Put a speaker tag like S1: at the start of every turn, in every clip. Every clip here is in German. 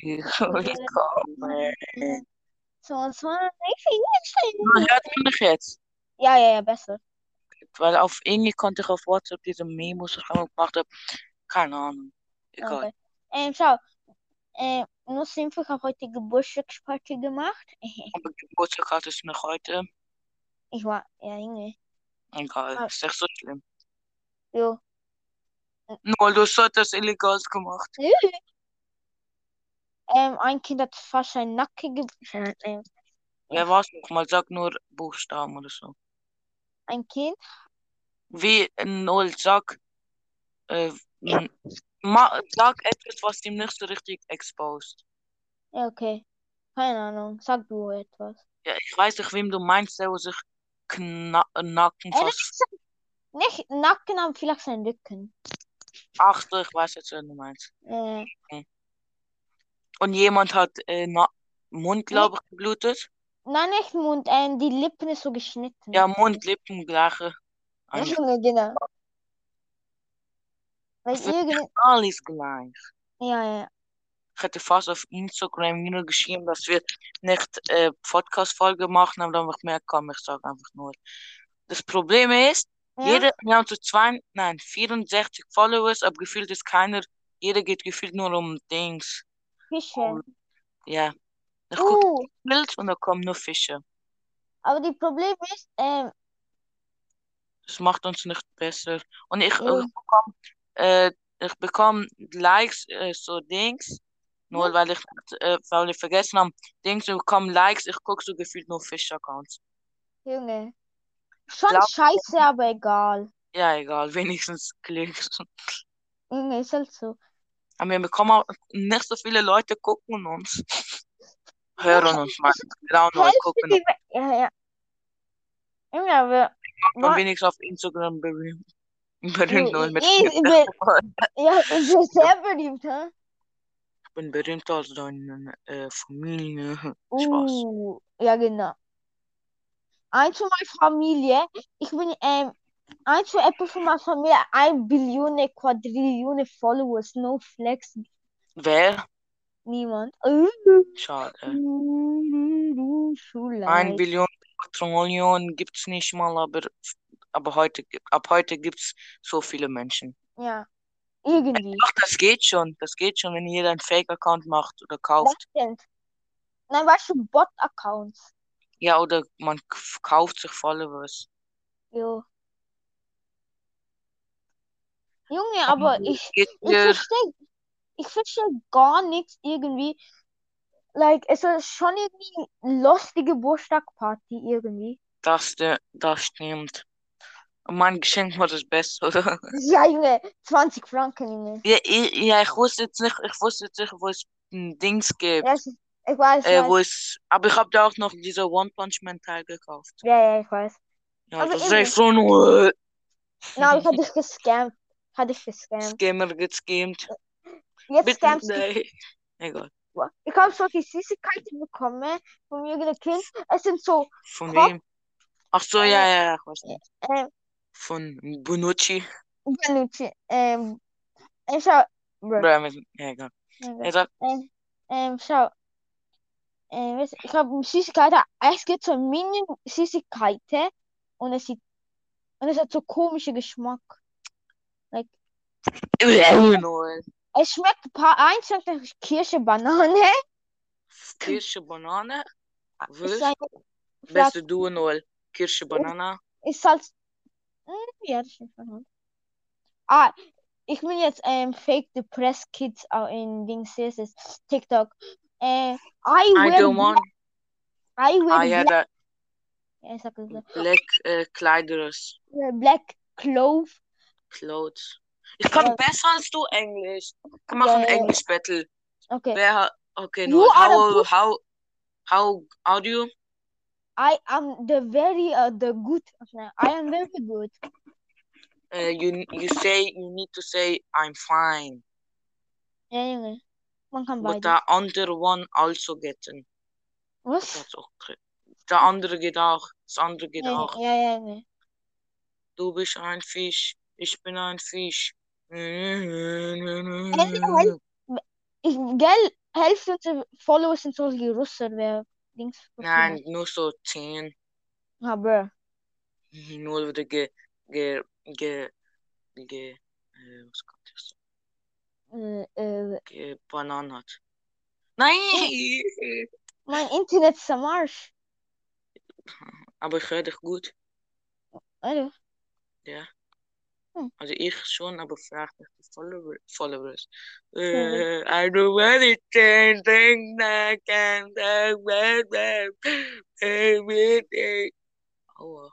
S1: Holy kommer.
S2: Zoals van mijn vingers zijn.
S1: Man, hört man mich jetzt?
S2: Ja, ja, ja, besser.
S1: Weil auf irgendwie konnte ich auf WhatsApp diese Memos schreiben und gemacht habe. Keine Ahnung. Egal.
S2: Okay. Ähm, schau. Ähm, nur simpel, ich habe heute Geburtstagsparty gemacht.
S1: Aber Geburtstag hattest du noch heute.
S2: Ich war, ja, Junge.
S1: Egal.
S2: Ah.
S1: Ist echt so schlimm.
S2: Jo.
S1: Nur du hast das illegal gemacht.
S2: Ähm, ein Kind hat fast sein Nacken gebrochen. Ähm,
S1: Wer war's nochmal? Sag nur Buchstaben oder so.
S2: ein Kind?
S1: Wie ein Null, sag. Äh, m- ma, sag etwas, was dem nicht so richtig exposed.
S2: Ja, okay. Keine Ahnung. Sag du etwas.
S1: Ja, ich weiß nicht, wem du meinst, der wo sich kna Nacken
S2: Äh,
S1: fast.
S2: Nicht Nacken, aber vielleicht sein Rücken.
S1: Ach, so, ich weiß jetzt, wen du meinst.
S2: Äh,
S1: Und jemand hat äh, Na Mund, glaube ich, geblutet.
S2: nein, nicht Mund. Äh, die Lippen ist so geschnitten.
S1: Ja, Mund, Lippen, gleiche.
S2: Ja,
S1: Eigentlich
S2: genau. Weil
S1: Für-
S2: irgend...
S1: alles gleich.
S2: Ja, ja.
S1: Ich hätte fast auf Instagram nur geschrieben, dass wir nicht äh, Podcast-Folge machen, aber dann habe ich gemerkt, komm, ich sage einfach nur. Das Problem ist,
S2: Ja,
S1: jeder, wir haben so zwei, nein, 64 Followers, aber gefühlt ist keiner, jeder geht gefühlt nur um Dings.
S2: Fische.
S1: Um, ja. Ich gucke
S2: Uh,
S1: Bild und da kommen nur Fische.
S2: aber die Problem ist, ähm,
S1: Das macht uns nicht besser. Und ich, ich
S2: eh,
S1: bekomme äh, ich bekomm Likes, äh, so Dings, nur
S2: hm,
S1: weil ich, äh, weil ich vergessen habe, Dings, ich bekomme Likes, ich gucke so gefühlt nur Fisch-Accounts.
S2: Junge.
S1: Ich
S2: Schon
S1: glaube,
S2: scheiße, aber egal.
S1: ja, egal, wenigstens Klicks.
S2: Junge, ist halt so.
S1: Aber wir bekommen auch nicht so viele Leute gucken uns.
S2: Junge,
S1: Hören uns mal.
S2: es ist
S1: Genau, nur
S2: Hälfte
S1: gucken uns.
S2: die Welt. Ja, ja. Junge, aber.
S1: Man
S2: Wa
S1: wenigstens auf Instagram berühmt.
S2: jo,
S1: Berühmt nur
S2: ich,
S1: mit
S2: ich, ich bin. Ja, ich bin sehr berühmt, hä?
S1: Ich bin berühmter als deine äh, Familie. Spaß.
S2: Uh, ja, genau. Eins von meiner Familie. Ich bin, ähm, eins von etwas von meiner Familie. Ein Billion, Quadrillion Followers. No flex.
S1: Wer?
S2: Niemand.
S1: Äh.
S2: Äh,
S1: Schade. Ein
S2: Schulleid.
S1: Billion Quadrillionen gibt's nicht mal, aber, aber heute, gi- ab heute gibt's so viele Menschen.
S2: Ja, irgendwie.
S1: Ach, das geht schon. Das geht schon, wenn jeder einen Fake-Account macht oder
S2: Das
S1: kauft.
S2: stimmt. Nein, weißt du, Bot-Accounts.
S1: Ja, oder man k- kauft sich Followers.
S2: Jo. Junge, aber ich,
S1: Geht
S2: ich
S1: dir?
S2: verstehe, ich verstehe gar nichts irgendwie. Like, es ist schon irgendwie eine lustige Geburtstagparty irgendwie.
S1: Das, de- das stimmt. Und mein Geschenk war das Beste, oder?
S2: Ja, Junge, 20 Franken, Junge.
S1: Ja, ich, ja, ich wusste jetzt nicht, ich wusste jetzt nicht, wo es ein Dings
S2: Ja,
S1: gibt.
S2: ich, ich weiß, ich
S1: Äh,
S2: weiß.
S1: wo es, aber ich habe da auch noch diese One Punch Man Teil gekauft.
S2: Ja, ja, ich weiß.
S1: Ja,
S2: Aber
S1: das ist echt
S2: irgendwie.
S1: so ein
S2: Na, ich hatte dich gescampt. Hatte dich gescampt.
S1: Scammer gescammt.
S2: Jetzt
S1: Bitte,
S2: scammst du.
S1: nein. Egal.
S2: Ich habe solche Süßigkeiten bekommen von irgendeinem Kind. Es sind so
S1: Von
S2: Kopf,
S1: wem? Ach so, ja,
S2: äh,
S1: ja, ja, ich weiß nicht.
S2: äh,
S1: Von Bonucci.
S2: Benucci, ähm, äh, schau, bruh,
S1: Bro, mit- ja, egal.
S2: mein Gott.
S1: Er sagt,
S2: Äh, ähm, schau, äh, weißt du, ich habe Süßigkeiten, es gibt so Mini-Süßigkeiten und es sieht, und es hat so komischen Geschmack. Like,
S1: Noel.
S2: es schmeckt ein paar eins schmeckt nach Kirsche, Banane,
S1: Kirsche, Banane.
S2: ist
S1: Was?
S2: ein, vielleicht,
S1: Beste Duo, Noel. Kirsche, Banane.
S2: ist Salz, hm, ja, das schmeckt Banane. Ah, ich bin jetzt ähm, Fake Depressed Kids auch in Dings das ist TikTok. Äh, I
S1: I
S2: wear
S1: don't
S2: black,
S1: want.
S2: I
S1: Ah
S2: wear
S1: ja,
S2: black,
S1: da.
S2: ja, ich sag das so.
S1: Black äh, Kleideres.
S2: Wear black clothes.
S1: Clothes. Ich kann
S2: Ja,
S1: besser als du Englisch. Ich mache
S2: ja,
S1: ein
S2: ja,
S1: English Battle.
S2: okay.
S1: Wer hat. Okay,
S2: You
S1: Noel.
S2: are a
S1: How,
S2: good,
S1: how, how, how do you?
S2: I am the very, uh, the good, I am very good.
S1: Uh, you you say you need to say I'm fine,
S2: Ja, Junge, man kann
S1: but
S2: beides.
S1: the other one also getting.
S2: Was?
S1: That's okay. Der andere geht auch, das andere geht
S2: Ja,
S1: auch.
S2: ja, ja, Junge.
S1: Du bist ein Fisch, ich bin ein Fisch.
S2: Äh, halt, Ich, gell? Hälfte unserer Follower sind so die Russen, wer Dings.
S1: Nein, nur so 10.
S2: Aber
S1: Nur wieder ge, ge, ge, ge, äh, was kommt das?
S2: äh, äh,
S1: Ge, Bananen hat. Nein!
S2: mein Internet ist am Arsch.
S1: Aber ich höre dich gut.
S2: Alter,
S1: Also ich schon, aber frag nicht die Follower, Followers.
S2: Mhm.
S1: Äh, I don't want it change, think I can, I everything. Aua.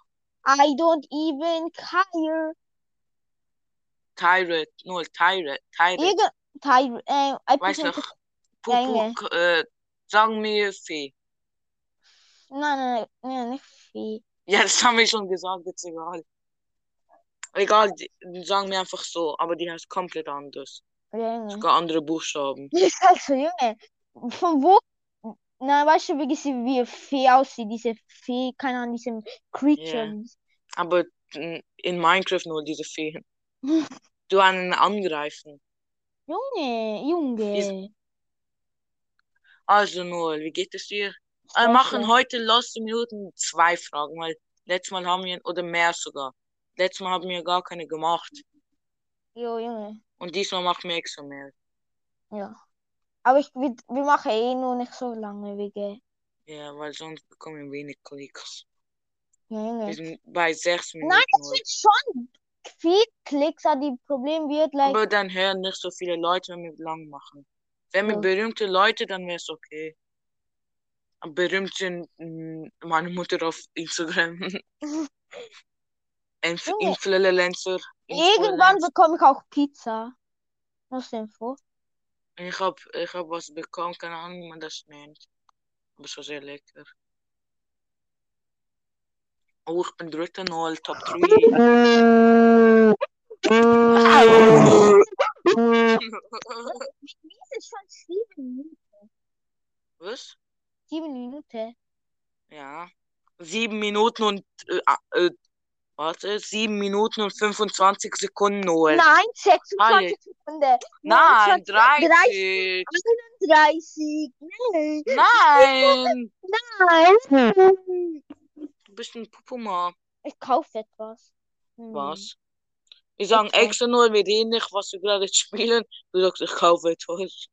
S2: I don't even care.
S1: Tyrant, nur Tyrant, Tyrant.
S2: Irgend Teil, äh, I
S1: Weißt
S2: think-
S1: noch, Pupuk, äh, sagen mir Fee.
S2: Nein, nein, nein, nicht viel.
S1: Ja, das haben wir schon gesagt, jetzt egal. Egal, die, die sagen mir einfach so, aber die heißt komplett anders.
S2: Junge.
S1: Sogar andere Buchstaben.
S2: Ich sag so, Junge, von wo? Na, weißt du wirklich, wie eine Fee aussieht, diese Fee, keine Ahnung, diesem Creature.
S1: Aber in in Minecraft nur diese Feen. Du einen angreifen.
S2: Junge, Junge.
S1: Also Noel, wie geht es dir?
S2: Sehr
S1: Wir machen
S2: schön.
S1: heute letzte Minuten zwei Fragen, weil letztes Mal haben wir, oder mehr sogar. Letztes Mal haben wir gar keine gemacht.
S2: Jo, Junge.
S1: Und diesmal machen wir extra mehr.
S2: Aber ich, wir, wir machen eh nur nicht so lange, wegen.
S1: Ja, weil sonst bekommen wir wenig Klicks.
S2: Ja, Junge.
S1: Wir sind bei sechs Minuten.
S2: Nein, es
S1: Noel.
S2: wird schon viel Klicks, aber die Problem wird, like,
S1: Aber dann hören nicht so viele Leute, wenn wir lang machen. Wenn wir
S2: Ja.
S1: berühmte Leute, dann wäre es okay. Aber berühmt sind mm, meine Mutter auf Instagram. Inf
S2: Junge.
S1: Influencer.
S2: irgendwann
S1: Influencer.
S2: bekomme ich auch Pizza. Muss Info.
S1: Ich hab, ich hab was bekommen, keine Ahnung, wie man das nennt. Aber es war sehr lecker. Oh, ich bin dritter Noel, Top 3.
S2: Ah, Wie ist es schon? Sieben Minuten.
S1: Was?
S2: Sieben Minuten.
S1: Ja. Sieben Minuten und äh, äh, warte, sieben Minuten und 25 Sekunden, Noel.
S2: Nein, 26
S1: Alle.
S2: Sekunden.
S1: Nein, 30.
S2: 31. Nein.
S1: Nein!
S2: Nein.
S1: Du bist ein Pupuma.
S2: Ich kaufe etwas. Hm.
S1: Was? Wir sagen
S2: Etwas.
S1: extra nur, wir reden nicht, was wir gerade spielen. Du sagst, ich kaufe etwas.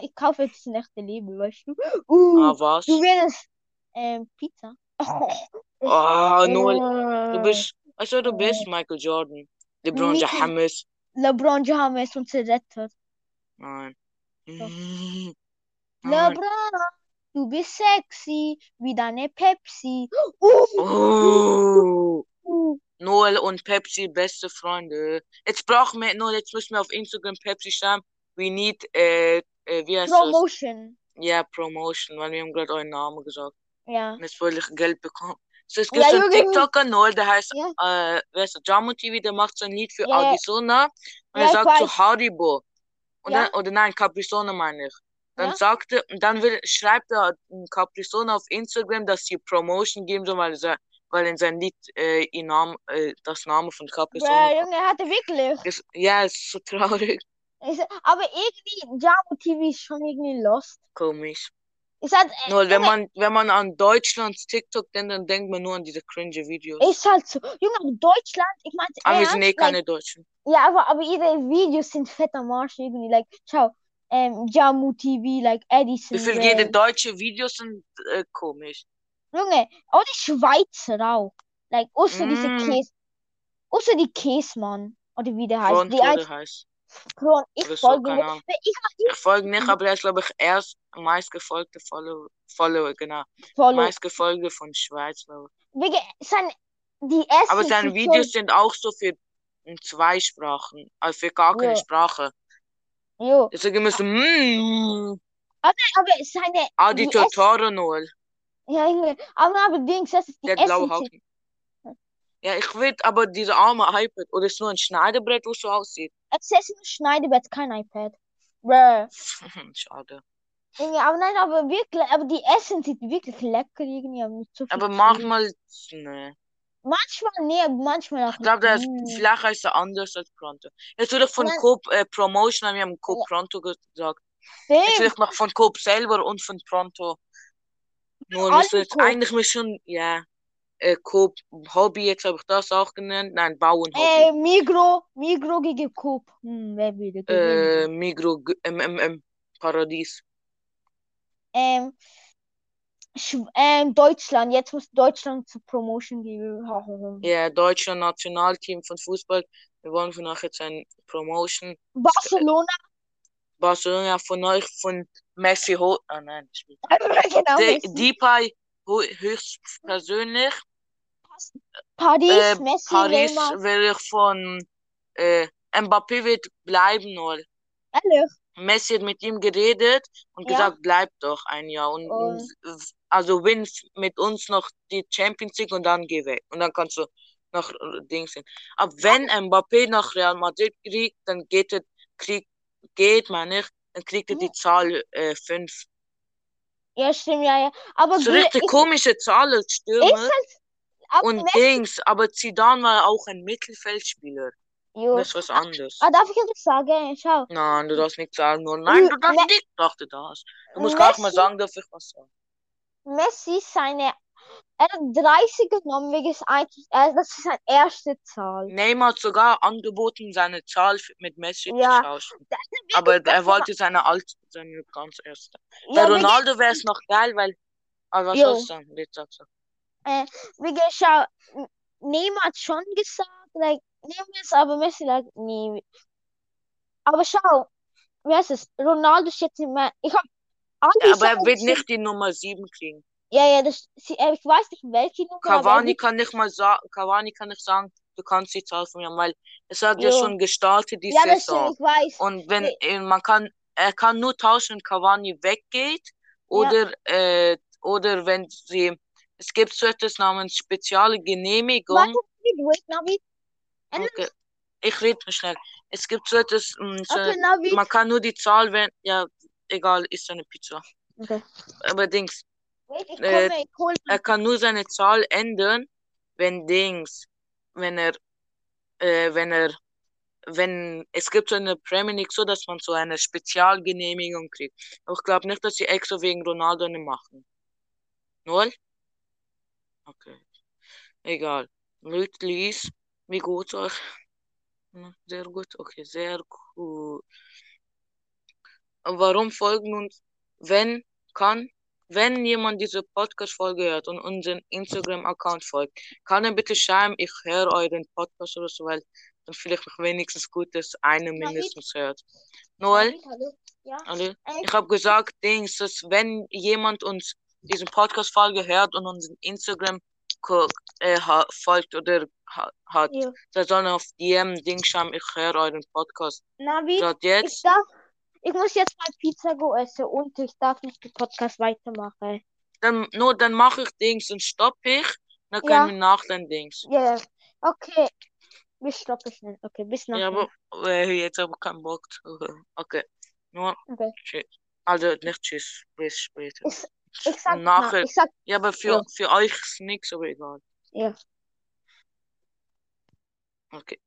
S2: Ich kaufe jetzt das echte Leben, weißt du? Uh,
S1: Ah, was?
S2: du willst ähm, Pizza.
S1: Ah, Noel,
S2: Äh,
S1: du bist, weißt du, du bist Michael Jordan. LeBron
S2: Michael-
S1: James.
S2: LeBron James uns rettet.
S1: Nein. Mhm.
S2: Doch.
S1: Nein.
S2: LeBron, du bist sexy wie deine Pepsi. Uh,
S1: Oh.
S2: uh.
S1: Noel und Pepsi, beste Freunde. Jetzt brauchen wir, Noel, jetzt müssen wir auf Instagram Pepsi schreiben. We need, äh, äh wie heißt das?
S2: Promotion.
S1: Ja, Promotion, weil wir haben gerade euren Namen gesagt.
S2: Ja.
S1: Und jetzt wollte ich Geld bekommen. So, es
S2: Ja,
S1: gibt so einen
S2: Jürgen.
S1: TikToker, Noel, der heißt,
S2: Ja.
S1: äh, wer ist der? Jamo TV, der macht so ein Lied für
S2: Ja, ja.
S1: Arizona. Und
S2: Ja,
S1: er
S2: ich
S1: sagt
S2: weiß.
S1: so Haribo. Und
S2: Ja.
S1: dann, oder nein, Capri-Sonne meine ich. Dann
S2: Ja.
S1: sagt er, und dann will, schreibt er ähm, Capri-Sonne auf Instagram, dass sie Promotion geben soll, weil, er- weil in sein Lied äh, ihr Name, äh, das Name von
S2: Bro,
S1: Capri-Sonne
S2: Junge, er hatte wirklich.
S1: ist. Ja, ist so traurig,
S2: Ich, aber irgendwie, Jamo TV ist schon irgendwie lost.
S1: komisch.
S2: Ist halt,
S1: Nur wenn
S2: Junge,
S1: man, wenn man an Deutschlands TikTok denkt, dann denkt man nur an diese cringe Videos.
S2: ist halt so. Junge, Deutschland, ich meine,
S1: Aber wir sind eh
S2: like,
S1: keine Deutschen.
S2: Ja, aber, aber ihre Videos sind fett am Arsch irgendwie. Like, schau, ähm, Jamu TV, like Edison.
S1: Wie viel
S2: Ray.
S1: jede deutsche Videos sind äh, komisch.
S2: Junge, auch die Schweizer auch. Like, außer diese
S1: Mm.
S2: Käse. Außer die Käsemann. Oder wie der heißt.
S1: Front
S2: die
S1: oder
S2: heißt
S1: heißt.
S2: Kron. Ich
S1: Oder so,
S2: folge
S1: keine Ahnung.
S2: nicht. Ich hab
S1: Ich folge nicht, aber er ist, glaube ich, erst meistgefolgte Follower, Follower genau.
S2: ihn follow.
S1: Meistgefolgte von Schweiz, glaube ich.
S2: Wegen sein, die erste.
S1: Aber seine
S2: Funktion-
S1: Videos sind auch so für in zwei Sprachen. Also für gar keine
S2: Ja.
S1: Sprache.
S2: Jo.
S1: Deswegen müssen mm,
S2: Aber seine. die
S1: Auditor
S2: erste,
S1: Toro Noel.
S2: ja, Junge. Aber, aber Dings, das ist die
S1: Der hat blaue
S2: erste.
S1: Haken. Ja, ich will aber diese arme iPad. Oder ist nur ein Schneidebrett, wo es so aussieht.
S2: Assassin's Schneidebett, kein iPad. Bruh.
S1: Schade.
S2: Junge, aber nein, aber wirklich, aber die Essen sind wirklich lecker irgendwie, aber nicht so viel
S1: Aber
S2: Chili.
S1: manchmal. Nee.
S2: Manchmal, nee, aber manchmal auch
S1: Ich glaube, der ist,
S2: nicht. Hm.
S1: vielleicht heißt er anders als Pronto. Jetzt wurde ich von
S2: Nein.
S1: Coop äh, Promotion, wir haben Coop
S2: Ja.
S1: Pronto gesagt.
S2: Stimmt.
S1: Natürlich noch von Coop selber und von Pronto. Nur
S2: Alles
S1: müssen wir jetzt
S2: Coop.
S1: eigentlich müssen schon, ja, äh, Coop Hobby, jetzt habe ich das auch genannt. Nein, Bauen Hobby.
S2: Äh, Migro, Migro gegen Coop. Hm, wer würde
S1: Äh,
S2: gewinnen?
S1: Migro MMM Paradies.
S2: Ähm, Schw ähm, Deutschland. Jetzt muss Deutschland zur Promotion gehen. Ha, ha, ha.
S1: Ja, deutscher Nationalteam von Fußball. Wir wollen von euch jetzt ein Promotion.
S2: Barcelona.
S1: Barcelona von euch von Messi ho. Ah nein, das spielt.
S2: Genau,
S1: De
S2: Messi.
S1: Depay ho- höchstpersönlich.
S2: Paris,
S1: Äh,
S2: Messi,
S1: Paris
S2: Neymar.
S1: will ich von äh, Mbappé wird bleiben nur. ähm,
S2: Ehrlich.
S1: Messi hat mit ihm geredet und
S2: Ja. Oh.
S1: gesagt, bleib doch ein Jahr und und
S2: Und
S1: s- also win f- mit uns noch die Champions League und dann geh weg. Und dann kannst du nach äh, Dings hin. Aber wenn Mbappé nach Real Madrid kriegt, dann geht er, krieg, geht man nicht, dann kriegt er die Zahl äh, 5.
S2: ja, stimmt, ja, ja. Aber
S1: So
S2: Gülle
S1: richtig
S2: ist,
S1: komische Zahl als
S2: ist
S1: Stürmer
S2: halt ab
S1: und Dings, aber Zidane war auch ein Mittelfeldspieler. Und
S2: Jo.
S1: das ist was
S2: Ah,
S1: anderes.
S2: ah, darf ich etwas sagen? Schau.
S1: Nein, du darfst nicht sagen, nur nein,
S2: M-
S1: du darfst
S2: Me
S1: nicht, dachte das. Du musst gar nicht mal
S2: Hm, Messi,
S1: sagen, darf ich was sagen.
S2: Messi, seine, er hat 30 genommen, wegen des eigentlich, er, das ist seine erste Zahl.
S1: Neymar hat sogar angeboten, seine Zahl f- mit Messi zu
S2: Ja.
S1: tauschen.
S2: Das ist wirklich
S1: Aber
S2: ganz
S1: er wollte seine alte, seine ganz erste.
S2: normal.
S1: Bei
S2: Ja, wegen,
S1: Ronaldo wäre es noch geil, weil. Aber was soll's
S2: jo.
S1: dann? Jetzt sag's doch.
S2: Äh, wegen, schau, N- Neymar hat schon gesagt, like, Neymar ist aber Messi, like, nee. Aber schau, wie heißt es? Ronaldo ist jetzt nicht mehr, ich hab
S1: Ja,
S2: alle
S1: aber er
S2: Sachen
S1: wird
S2: sind,
S1: nicht die Nummer 7 kriegen.
S2: ja, ja, das, sie, äh, ich weiß nicht, welche Nummer, aber er
S1: Cavani
S2: wird,
S1: kann nicht mal sagen, Cavani kann nicht sagen, du kannst die Zahl von mir, weil es hat ja
S2: jo.
S1: schon gestartet, die
S2: Ja, das stimmt,
S1: Saison.
S2: ich weiß.
S1: Und wenn
S2: Nee,
S1: äh, man kann, er kann nur tauschen, wenn Cavani weggeht
S2: ja,
S1: oder, äh, oder wenn sie, es gibt so etwas namens spezielle Genehmigung.
S2: warte, wait, Navid. And
S1: Okay, ich rede nur schnell. Es gibt so etwas, mm, so,
S2: okay, Navid.
S1: man kann nur die Zahl, wenn, ja, egal, ist eine Pizza.
S2: Okay.
S1: Aber Dings,
S2: Wait, ich
S1: äh,
S2: komme, ich hole
S1: er
S2: ihn.
S1: kann nur seine Zahl ändern, wenn Dings, wenn er, äh, wenn er, wenn, es gibt so eine Premier League so, dass man so eine Spezialgenehmigung kriegt. Aber ich glaube nicht, dass sie extra wegen Ronaldo nicht machen. Null? Okay, egal. Leute, lies, wie gut euch? Hm, Sehr gut, okay, sehr gut. warum folgen uns, wenn kann, wenn jemand diese Podcast-Folge hört und unseren Instagram-Account folgt, kann er bitte schreiben, ich höre euren Podcast oder so, weil dann fühle ich mich wenigstens gut, dass einer
S2: Navid,
S1: mindestens hört. Noel,
S2: Navid, hallo. Ja,
S1: alle,
S2: äh,
S1: ich habe gesagt, Dings, dass wenn jemand uns diesen Podcast-Folge hört und unseren Instagram ko- äh, ha- folgt oder ha hat,
S2: ja.
S1: dann soll er auf DM Ding schreiben, ich höre euren Podcast.
S2: Navid,
S1: Gerade
S2: ich
S1: jetzt.
S2: darf, ich muss jetzt mal Pizza go essen und ich darf nicht den Podcast weitermachen.
S1: Dann, nur dann mache ich Dings und stoppe ich. Dann können
S2: Ja,
S1: wir nach den Dings.
S2: ja, ja. Okay, wir stoppen schnell. Okay, bis
S1: Ja,
S2: nachher.
S1: aber äh, jetzt habe ich keinen Bock. zu- Okay. Nur
S2: Okay.
S1: tschüss. Also nicht tschüss, bis später.
S2: Ich, ich sag,
S1: Und
S2: na,
S1: nachher.
S2: ich sag,
S1: Ja, aber für,
S2: ja,
S1: für euch ist nichts, aber egal.
S2: ja.
S1: Okay.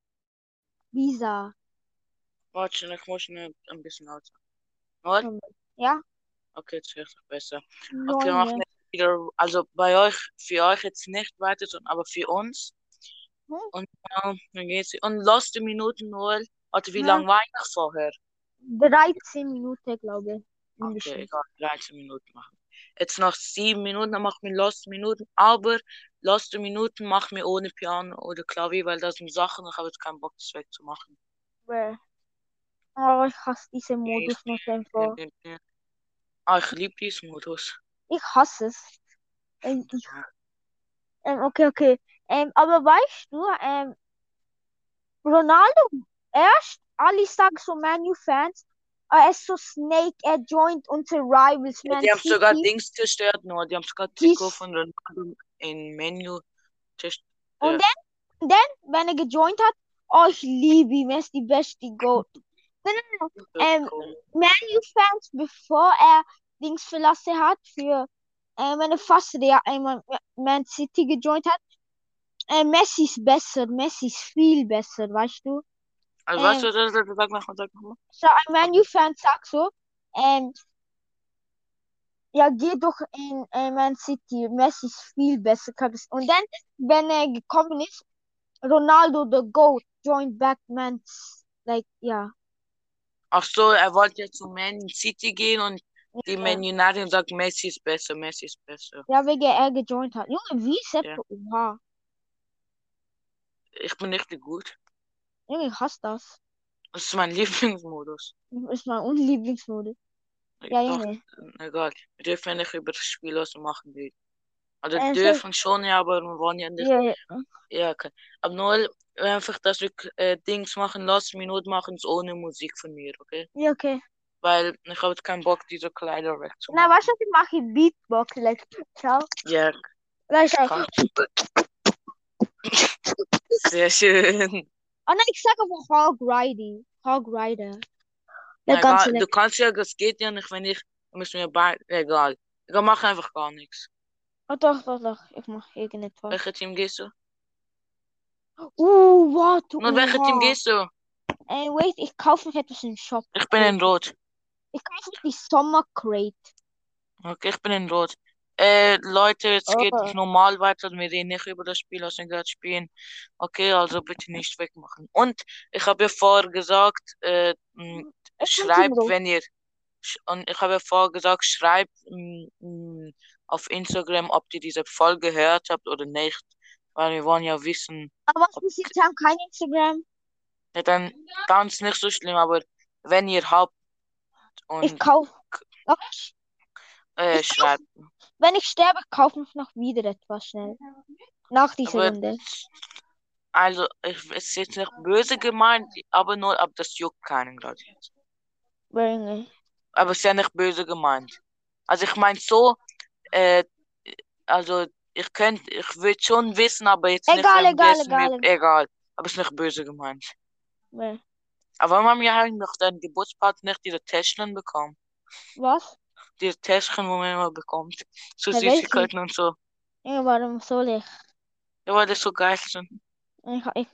S2: Visa.
S1: Warte, schnell, ich muss schnell ein bisschen laut sein. Nur?
S2: Ja,
S1: Okay, jetzt höre ich mich besser. Okay, wir machen
S2: Leute.
S1: jetzt wieder. Also bei euch, für euch jetzt nicht weiter, sondern aber für uns.
S2: Hm?
S1: Und äh, dann geht's. Und letzte Minuten nur. Warte, wie
S2: Ja.
S1: lange war ich vorher?
S2: 13 Minuten, glaube ich.
S1: Okay,
S2: Ungefähr.
S1: egal, 13 Minuten machen. Jetzt noch 7 Minuten, dann machen wir Lost Minuten, aber Lost Minuten machen wir ohne Piano oder Klavier, weil das sind Sachen, ich habe jetzt keinen Bock, das wegzumachen.
S2: Bäh. Oh, ich hasse diesen
S1: Ich,
S2: Modus mit einfach.
S1: ah, ich liebe diesen Modus.
S2: Ich hasse es. Ähm, ich,
S1: Ja.
S2: ähm, okay, okay. Ähm, aber weißt du, ähm, Ronaldo, erst alle sagen so Manu-Fans, äh, er ist so Snake, er joint unter Rivals
S1: Ja,
S2: Man
S1: die haben sogar
S2: City.
S1: Dings zerstört, nur die haben sogar Trikot
S2: Dies.
S1: von Ronaldo in Menu
S2: Und
S1: zerstört.
S2: dann, dann, wenn er gejoint hat, oh, ich liebe ihn, er ist die beste Goat. Nein, nein,
S1: Das ist
S2: nein. Ähm,
S1: cool.
S2: Manu-Fans, bevor er Dings verlassen hat, für, äh, wenn er fast Real, äh, Man Man City gejoint hat, äh, Messi ist besser, Messi ist viel besser, weißt du?
S1: Also, was
S2: Ähm,
S1: soll das? Sag nochmal, sag nochmal.
S2: so ein Man
S1: Okay.
S2: U-Fan sagt so. Ähm, ja, geh doch in äh, Man City. Messi ist viel besser. kann es- Und dann, wenn er gekommen ist, Ronaldo the GOAT joined back Man C- like ja.
S1: Ach so, er wollte ja zu Man City gehen und die
S2: Ja,
S1: Man United sagt, Messi ist besser, Messi ist besser.
S2: äh, ja wegen er gejoint hat. Junge, wie
S1: Ja,
S2: Sepp? Oha.
S1: ich bin richtig gut.
S2: Junge, ich hasse das.
S1: Das ist mein Lieblingsmodus.
S2: Das ist mein Unlieblingsmodus.
S1: Ich
S2: Ja,
S1: Doch,
S2: Junge.
S1: egal. Wir dürfen nicht über das Spiel was machen reden. Also
S2: Ähm, so,
S1: dürfen schon, ja, aber wir wollen ja nicht.
S2: ja, ja.
S1: Ja, okay. Aber nur einfach, dass wir äh, Dings machen, lass Minute machen, so ohne Musik von mir, okay?
S2: Ja, okay.
S1: Weil ich habe jetzt keinen Bock, diese Kleider
S2: Na, weißt du,
S1: wegzumachen.
S2: was ich mache? Beatbox. Like, ciao.
S1: Ja,
S2: Like, ciao.
S1: kann. Sehr schön.
S2: Oh nein, ich sag einfach Hog Riding. Hog Rider. Der
S1: Na
S2: ganze
S1: egal, du
S2: Leck.
S1: kannst ja, das geht ja nicht, wenn ich, dann müssen wir beide, egal. Ich mach einfach gar nichts.
S2: Oh doch, doch, doch. Ich mach irgendetwas.
S1: Welches Team gehst du?
S2: Uh, warte,
S1: Nur welches Team
S2: oha.
S1: gehst du?
S2: Ey, wait, ich kaufe noch etwas im Shop.
S1: Ich bin in
S2: Wait.
S1: Rot.
S2: Ich kaufe die Summer Crate.
S1: Okay, ich bin in Rot. Äh, Leute, es geht
S2: Oh.
S1: normal weiter. Wir reden nicht über das Spiel, was wir gerade spielen. Okay, also bitte nicht wegmachen. Und ich habe ja vorher gesagt, äh, m,
S2: Ich bin Team
S1: schreibt,
S2: Rot.
S1: wenn ihr, sch- und ich habe ja vorher gesagt, schreibt m, m, auf Instagram, ob ihr diese Folge gehört habt oder nicht. Weil wir wollen ja wissen,
S2: Aber was
S1: ob,
S2: passiert? Sie haben kein Instagram.
S1: ja, dann, dann ist nicht so schlimm, aber wenn ihr habt
S2: Ich
S1: und
S2: kaufe. Oh,
S1: äh,
S2: ich kaufe.
S1: schreibt.
S2: Wenn ich sterbe, kaufe ich noch wieder etwas schnell. Nach dieser
S1: Aber
S2: Runde.
S1: Also, ich, es ist jetzt nicht böse gemeint, aber nur, ab das juckt keinen, glaube ich. jetzt.
S2: Junge.
S1: Aber es ist ja nicht böse gemeint. Also, ich meine so, äh, also, ich könnte, ich würde schon wissen, aber jetzt nicht, wenn
S2: Egal,
S1: wir
S2: egal,
S1: es mir,
S2: egal.
S1: egal. Aber es ist nicht böse gemeint.
S2: egal.
S1: Aber warum haben wir eigentlich halt noch deinen Geburtstag nicht diese Täschchen bekommen?
S2: Was?
S1: Diese Täschchen, wo man immer bekommt. So
S2: Hä, welche?
S1: Süßigkeiten und so.
S2: Junge, warum soll ich?
S1: Ja, weil das so geil sind.
S2: Ich, ich,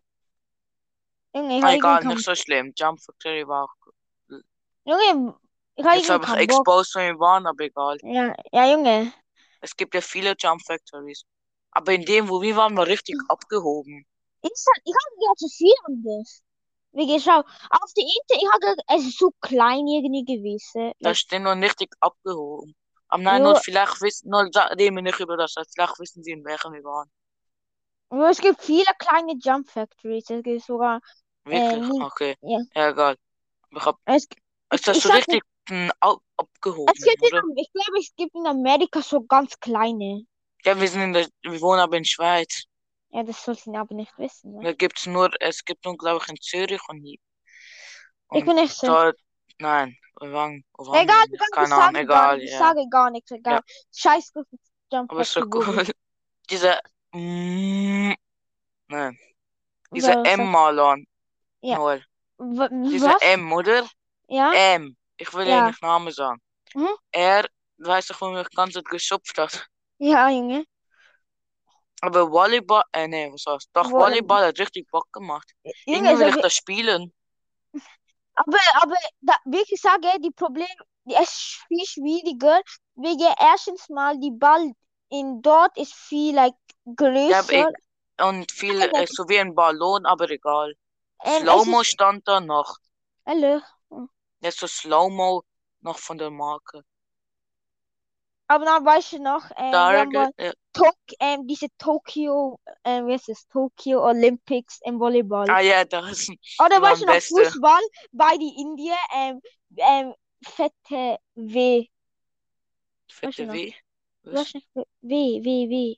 S2: Junge, ich
S1: Ah,
S2: habe irgendwie
S1: egal, nicht
S2: keinen
S1: so schlimm. Jump Factory war auch gut.
S2: Junge, ich habe
S1: Jetzt
S2: irgendwie
S1: habe ich
S2: keinen Bock.
S1: exposed, wo wir waren, aber egal.
S2: Ja, ja, Junge.
S1: Es gibt ja viele Jump Factories. Aber in dem, wo wir waren, war richtig abgehoben.
S2: Ich sag, ich habe gerade zu viel anders. Wie geschaut. Auf die Inter, ich habe es ist so klein irgendwie gewesen.
S1: Da
S2: Like,
S1: stehen nur richtig abgehoben. Aber nein, nur
S2: jo,
S1: vielleicht wissen, nur sa- reden wir nicht über das, weil vielleicht wissen sie, in welchem wir waren.
S2: jo, es gibt viele kleine Jump Factories. Es gibt sogar, äh,
S1: Wirklich?
S2: nie,
S1: Okay.
S2: ja.
S1: Ja, egal. Ich hab,
S2: Es, ich,
S1: ist das
S2: ich
S1: so
S2: sag nicht,
S1: richtig hm, ab
S2: es
S1: abgehoben,
S2: gibt
S1: oder?
S2: in, ich glaube, es gibt in Amerika so ganz kleine.
S1: Ja, wir sind in der, wir wohnen aber in Schweiz.
S2: Ja, das sollten aber nicht wissen, ne?
S1: Da gibt's nur, es gibt nur, glaube ich, in Zürich und hier.
S2: Ich
S1: Und
S2: bin nicht sicher.
S1: dort, nein, wir waren, wo waren wir
S2: Egal, du
S1: nicht?
S2: kannst, ich
S1: Keine Ahnung,
S2: sage gar
S1: egal,
S2: nichts, ich
S1: ja.
S2: sage gar nichts,
S1: Ja,
S2: egal. Scheiß drauf, Jump
S1: aber ist so
S2: Factory,
S1: cool.
S2: google.
S1: Dieser, mm, nein. Dieser
S2: Was
S1: M,
S2: sag,
S1: Marlon.
S2: ja,
S1: Noel.
S2: W-
S1: Dieser
S2: was?
S1: M, oder?
S2: Ja,
S1: M. Ähm, Ich will ja
S2: ja,
S1: nicht Namen sagen.
S2: hm?
S1: Er weiß doch, wo mich die ganze Zeit geschupft hat.
S2: Ja, Junge.
S1: Aber Volleyball, äh, nee, was war's? Doch,
S2: Wo,
S1: Volleyball hat richtig Bock gemacht.
S2: Junge,
S1: Irgendwie
S2: also
S1: will
S2: so
S1: ich
S2: wie,
S1: das spielen.
S2: aber, aber, da, wie ich sage, die Problem, es ist viel schwieriger, wegen erstens mal, die Ball in dort ist viel, like,
S1: Ja, aber
S2: größer.
S1: ich, und viel,
S2: Nein,
S1: äh, so wie ein Ballon, aber egal.
S2: nein, ähm, es
S1: Slow-Mo
S2: ist,
S1: stand da noch.
S2: hallo.
S1: Jetzt so Slow-Mo noch von der Marke.
S2: Aber dann weißt du noch, ähm, wir
S1: Da, äh,
S2: haben
S1: da,
S2: mal
S1: da.
S2: Tok ähm, diese Tokio, ähm, wie heißt es, Tokio Olympics im Volleyball.
S1: Ah ja, das,
S2: Oder
S1: die
S2: weißt
S1: waren
S2: du noch,
S1: beste.
S2: Fußball bei die Indien, ähm, ähm, fette W. Weißt du
S1: Fette
S2: noch?
S1: W. Was?
S2: Weißt du nicht, W, W, W.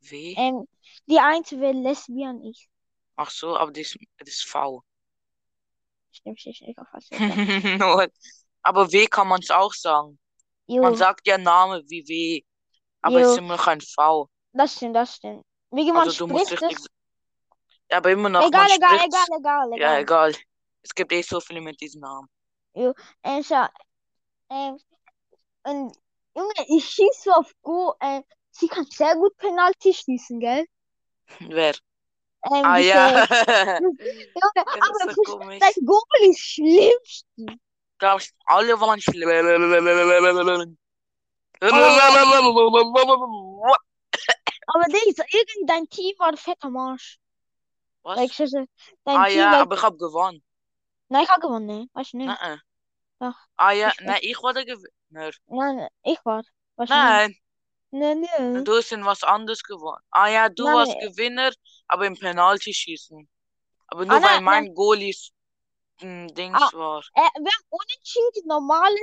S1: W?
S2: Ähm, die eins wäre Lesbian ist.
S1: Ach so, aber das, das ist V.
S2: Stimmt, stimmt, stimmt, ich hab fast vergessen.
S1: Lol. Aber W kann man es auch sagen. Man
S2: Jo,
S1: sagt ja Name wie W, aber es ist
S2: Hm. jo,
S1: immer noch ein V.
S2: das stimmt, das stimmt. Wie man
S1: Also du musst
S2: spricht
S1: richtig,
S2: es?
S1: aber immer noch, man
S2: Egal, egal, egal,
S1: spricht's.
S2: egal,
S1: Ja,
S2: egal.
S1: egal. Es gibt eh so viele mit diesem Namen.
S2: Jo, ähm, schau, ähm, Und Junge, ich schieße auf Go. Äh, sie kann sehr gut Penalty schießen, gell?
S1: Wer?
S2: Ähm,
S1: Ah ja.
S2: diese. Junge,
S1: Das ist
S2: aber
S1: so
S2: Fuß-
S1: komisch.
S2: dein Goal ist schlimmsten.
S1: glaube ich, alle waren schlecht.
S2: Aber deze, irgend dein Team war ein fetter Marsch.
S1: Was?
S2: Like, ze ze- dein
S1: ah
S2: Team
S1: ja,
S2: war-
S1: aber ich habe gewonnen.
S2: Nein, ich habe gewonnen, nee. Weißt du nicht?
S1: Nein.
S2: Doch.
S1: Ah ja,
S2: Ich-
S1: nein, ich wurde Gewinner.
S2: Nein, nee, ich war. Weißt du nicht?
S1: Nein,
S2: Nee, nee.
S1: du bist in was anderes geworden. Ah ja, du
S2: Mhm. Nein,
S1: warst
S2: nee.
S1: Gewinner, aber im Penaltyschießen. Aber
S2: Ah,
S1: nur weil
S2: nein,
S1: mein Goalie ein Dings
S2: Ah.
S1: war.
S2: Äh, wir haben unentschieden, normale,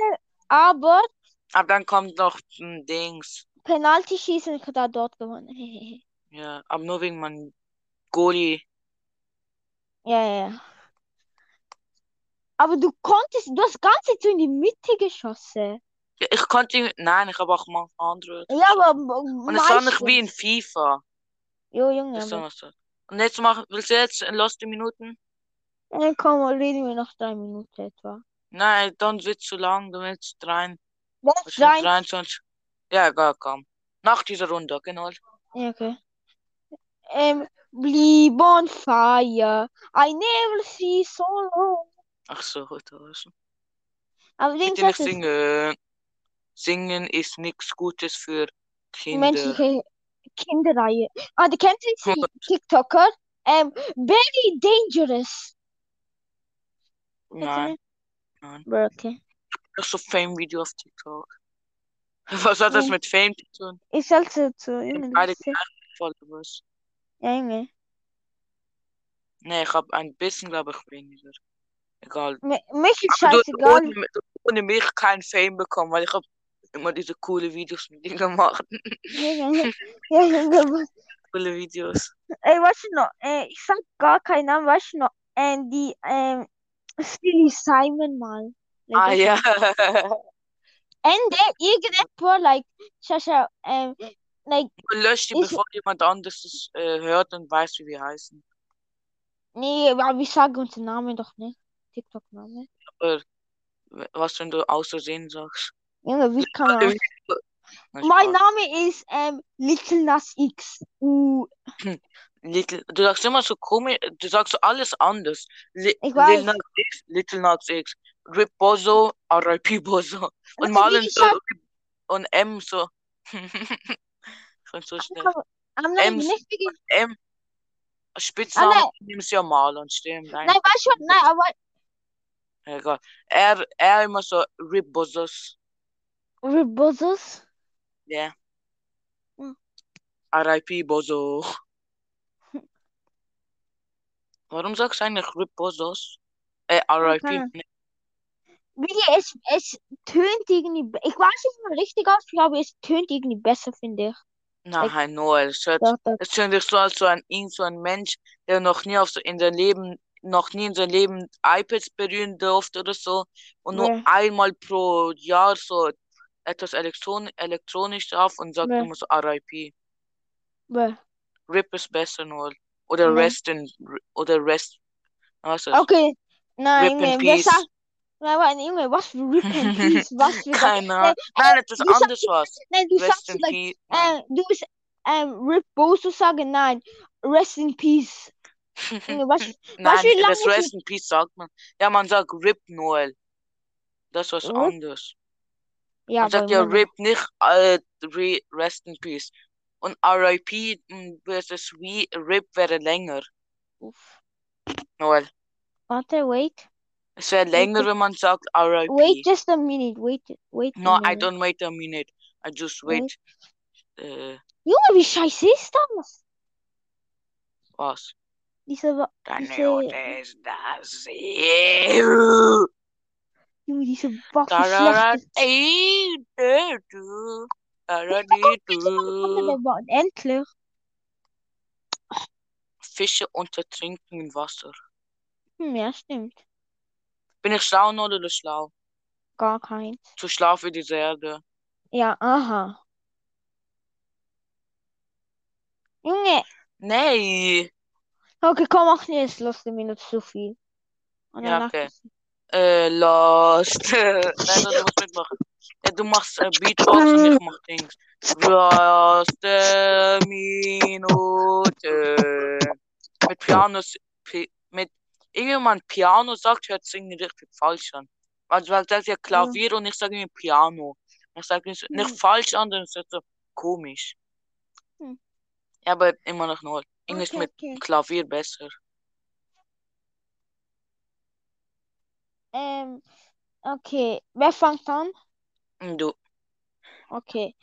S2: aber
S1: Aber dann kommt noch ein Dings.
S2: Penalty schießen, ich da dort gewonnen. Hehehe.
S1: Ja, aber nur wegen meinem Goalie.
S2: Ja, ja, ja. Aber du konntest, du hast ganz so in die Mitte geschossen.
S1: Ja, ich konnte. Nein, ich habe auch mal andere.
S2: Ja, aber
S1: Und es war nicht
S2: meistens.
S1: wie in FIFA.
S2: Jo, Junge,
S1: Das ist
S2: aber.
S1: immer so. Und jetzt mach, willst du jetzt in letzten Minuten?
S2: Ja, komm, reden wir noch drei Minuten etwa.
S1: Nein, dann wird zu lang, dann wird es drei,
S2: Das
S1: was mit
S2: rein.
S1: 23. Ja, egal, komm. Nach dieser Runde, genau.
S2: Ja, okay. Ähm, blieb on fire. I never see so long.
S1: Ach so, heute was.
S2: Aber
S1: Bitte
S2: links
S1: nicht
S2: das ist
S1: singen. Singen ist nichts Gutes für Kinder.
S2: menschliche Kinderreihe. Ah, du kennst die TikToker? Ähm, very dangerous. Kennst du
S1: Nein,
S2: nicht?
S1: nein.
S2: Bro, okay.
S1: Ach so, Fame-Video auf TikTok. Was hat das
S2: Ja.
S1: mit Fame zu tun?
S2: Ich sollte zu
S1: Sind
S2: Junge, du
S1: Beide
S2: bist sehr-
S1: Followers.
S2: ja, Junge.
S1: Nee, ich habe ein bisschen, glaube ich, weniger. Egal.
S2: Mi- Mich ist
S1: Aber du hast
S2: scheißegal.
S1: ohne, du hast ohne mich kein Fame bekommen, weil ich habe immer diese coole Videos mit dir gemacht.
S2: Junge. Ja, Junge. was-
S1: coole Videos.
S2: Ey, weißt du noch? Äh, ich sag gar keinen Namen, weißt du noch? Äh, die, ähm, Silly Simon mal. Like,
S1: Ah
S2: weißt du
S1: ja.
S2: noch? Ende, irgendetwas, like, schau, schau, ähm, like,
S1: Man löscht die,
S2: ich,
S1: bevor jemand anderes es äh, hört und weiß, wie wir heißen.
S2: nee, aber ich sage unseren Namen doch nicht. TikTok-Name.
S1: Aber w- was, wenn du außersehen sagst?
S2: Junge, wie kann man
S1: Alle
S2: aus?
S1: Videos- Nein,
S2: Mein
S1: Spaß.
S2: Name ist, ähm, Little Nas X. Uh,
S1: Little, du sagst immer so komisch, du sagst so alles anders. Li
S2: ich
S1: Lil
S2: weiß.
S1: Nas X, Little Nas X, Rip Bozo, R.I.P. Bozo. Und
S2: Also, wie
S1: Marlon so,
S2: gesagt,
S1: und M so. Schon so schnell.
S2: am
S1: M,
S2: nicht wirklich.
S1: M,
S2: Ah,
S1: Spitznamen
S2: nein,
S1: nimmst ja Marlon, stimmt. Nein,
S2: nein, war schon, nein, aber
S1: egal. Er, er immer so Rip Bozos.
S2: Ribozos?
S1: Ja.
S2: Hm.
S1: R.I.P. Bozo. Warum sagst du eigentlich Rip Bozos? Äh,
S2: Ja,
S1: R.I.P.
S2: keine Ahnung. Wirklich, es, es tönt irgendwie, be- ich weiß nicht, wie man richtig ausspricht, aber es tönt irgendwie besser, finde ich. Like,
S1: Nein, Noel, es hört,
S2: doch, doch.
S1: es hört sich so an, so ein, ihn, so ein Mensch, der noch nie auf so in sein Leben, noch nie in seinem Leben iPads berühren durfte oder so und nur
S2: Bäh,
S1: einmal pro Jahr so etwas Elektron elektronisch darf und sagt
S2: bäh,
S1: immer so R.I.P.
S2: bäh.
S1: RIP ist besser, Noel. Oder
S2: Nee.
S1: Rest in, oder Rest, was ist das?
S2: Okay, nein,
S1: RIP in
S2: Junge, wer
S1: Peace.
S2: sagt, nein, nein, Junge, was für Rip and Peace, was für das,
S1: Keine
S2: nein,
S1: Ahnung. Nein,
S2: äh,
S1: etwas
S2: du sagst,
S1: anderes war's.
S2: nein, du
S1: Rest
S2: sagst,
S1: in
S2: like,
S1: Peace. Nein.
S2: äh, du bist, ähm, Rip Bozo sagen, nein, Rest in Peace. Junge, was, was
S1: Nein, das
S2: wie lange ich
S1: Rest in Peace sagt man. Ja, man sagt RIP Noel. Das ist was
S2: mit Rip,
S1: anderes.
S2: ja,
S1: Man
S2: aber
S1: sagt ja
S2: Junge,
S1: RIP nicht äh, re, Rest in Peace. Und RIP m, versus hm, wie RIP wäre länger,
S2: uff.
S1: Noel.
S2: Warte, uh, wait.
S1: Es wäre
S2: Wait,
S1: länger, wenn man sagt
S2: wait
S1: RIP.
S2: just a minute. Wait, wait a
S1: No, I
S2: minute.
S1: don't wait a minute. I just
S2: Wait.
S1: wait. Äh,
S2: Junge, wie scheiße ist das?
S1: was?
S2: Diese, Wa-
S1: Deine
S2: diese,
S1: Note ist das. Ew.
S2: Junge, diese Waffe schlecht ist.
S1: Da-da-da-di-du.
S2: Junge, komm, bitte, meine Runde
S1: Da-da-di-du.
S2: der Bahn. Endlich.
S1: Fische untertrinken im Wasser.
S2: Hm, ja, stimmt.
S1: Bin ich schlau oder schlau?
S2: Gar keins.
S1: Zu schlau für diese Erde.
S2: Ja, aha. Junge.
S1: Nee.
S2: Okay, komm, mach nicht jetzt letzte Minute zu viel. Und
S1: Ja,
S2: danach
S1: okay.
S2: ist
S1: Äh, Lost. Nein, du, du musst mitmachen. Ja, du machst äh, Beatbox und ich mach Dings. Lost äh, Minute. Mit Pianos. Pi mit irgendjemand Piano sagt, hört singen richtig falsch an. Also weil sagt ja Klavier und ich sage mir Piano. Ich sage nicht, nicht
S2: Hm.
S1: falsch an, sondern es ist so komisch.
S2: Hm.
S1: Ja, aber immer noch null. Englisch
S2: Okay,
S1: mit
S2: okay.
S1: Klavier besser.
S2: Ähm, okay. Wer fängt an?
S1: Und Du.
S2: Okay.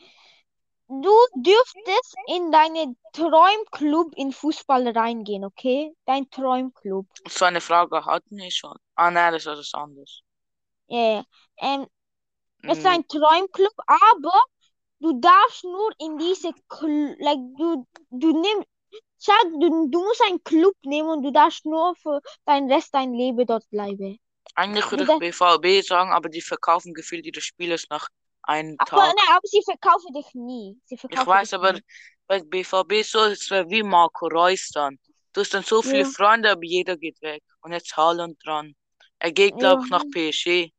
S2: Du dürftest in deinen Träumclub in Fußball reingehen, okay? Dein Träumclub.
S1: So eine Frage hatten wir schon. Ah nein, das ist was anderes.
S2: Ja, ja. Ähm, es ist
S1: Mm,
S2: ein Träumclub, aber du darfst nur in diese Cl like du du nimm sag du, du musst einen Club nehmen und du darfst nur für deinen Rest dein Leben dort bleiben.
S1: Eigentlich würde
S2: Du
S1: ich
S2: darfst,
S1: BVB sagen, aber die verkaufen gefühlt ihre Spieler nach einem
S2: aber
S1: Tag.
S2: nein, aber sie verkaufen dich nie. Sie
S1: Ich
S2: verkaufen dich
S1: weiß, aber
S2: nie.
S1: bei BVB so ist es wie Marco Reus dann. Du hast dann so viele
S2: Ja,
S1: Freunde, aber jeder geht weg. Und jetzt Haaland dran. Er geht, glaube
S2: ja,
S1: ich, nach PSG.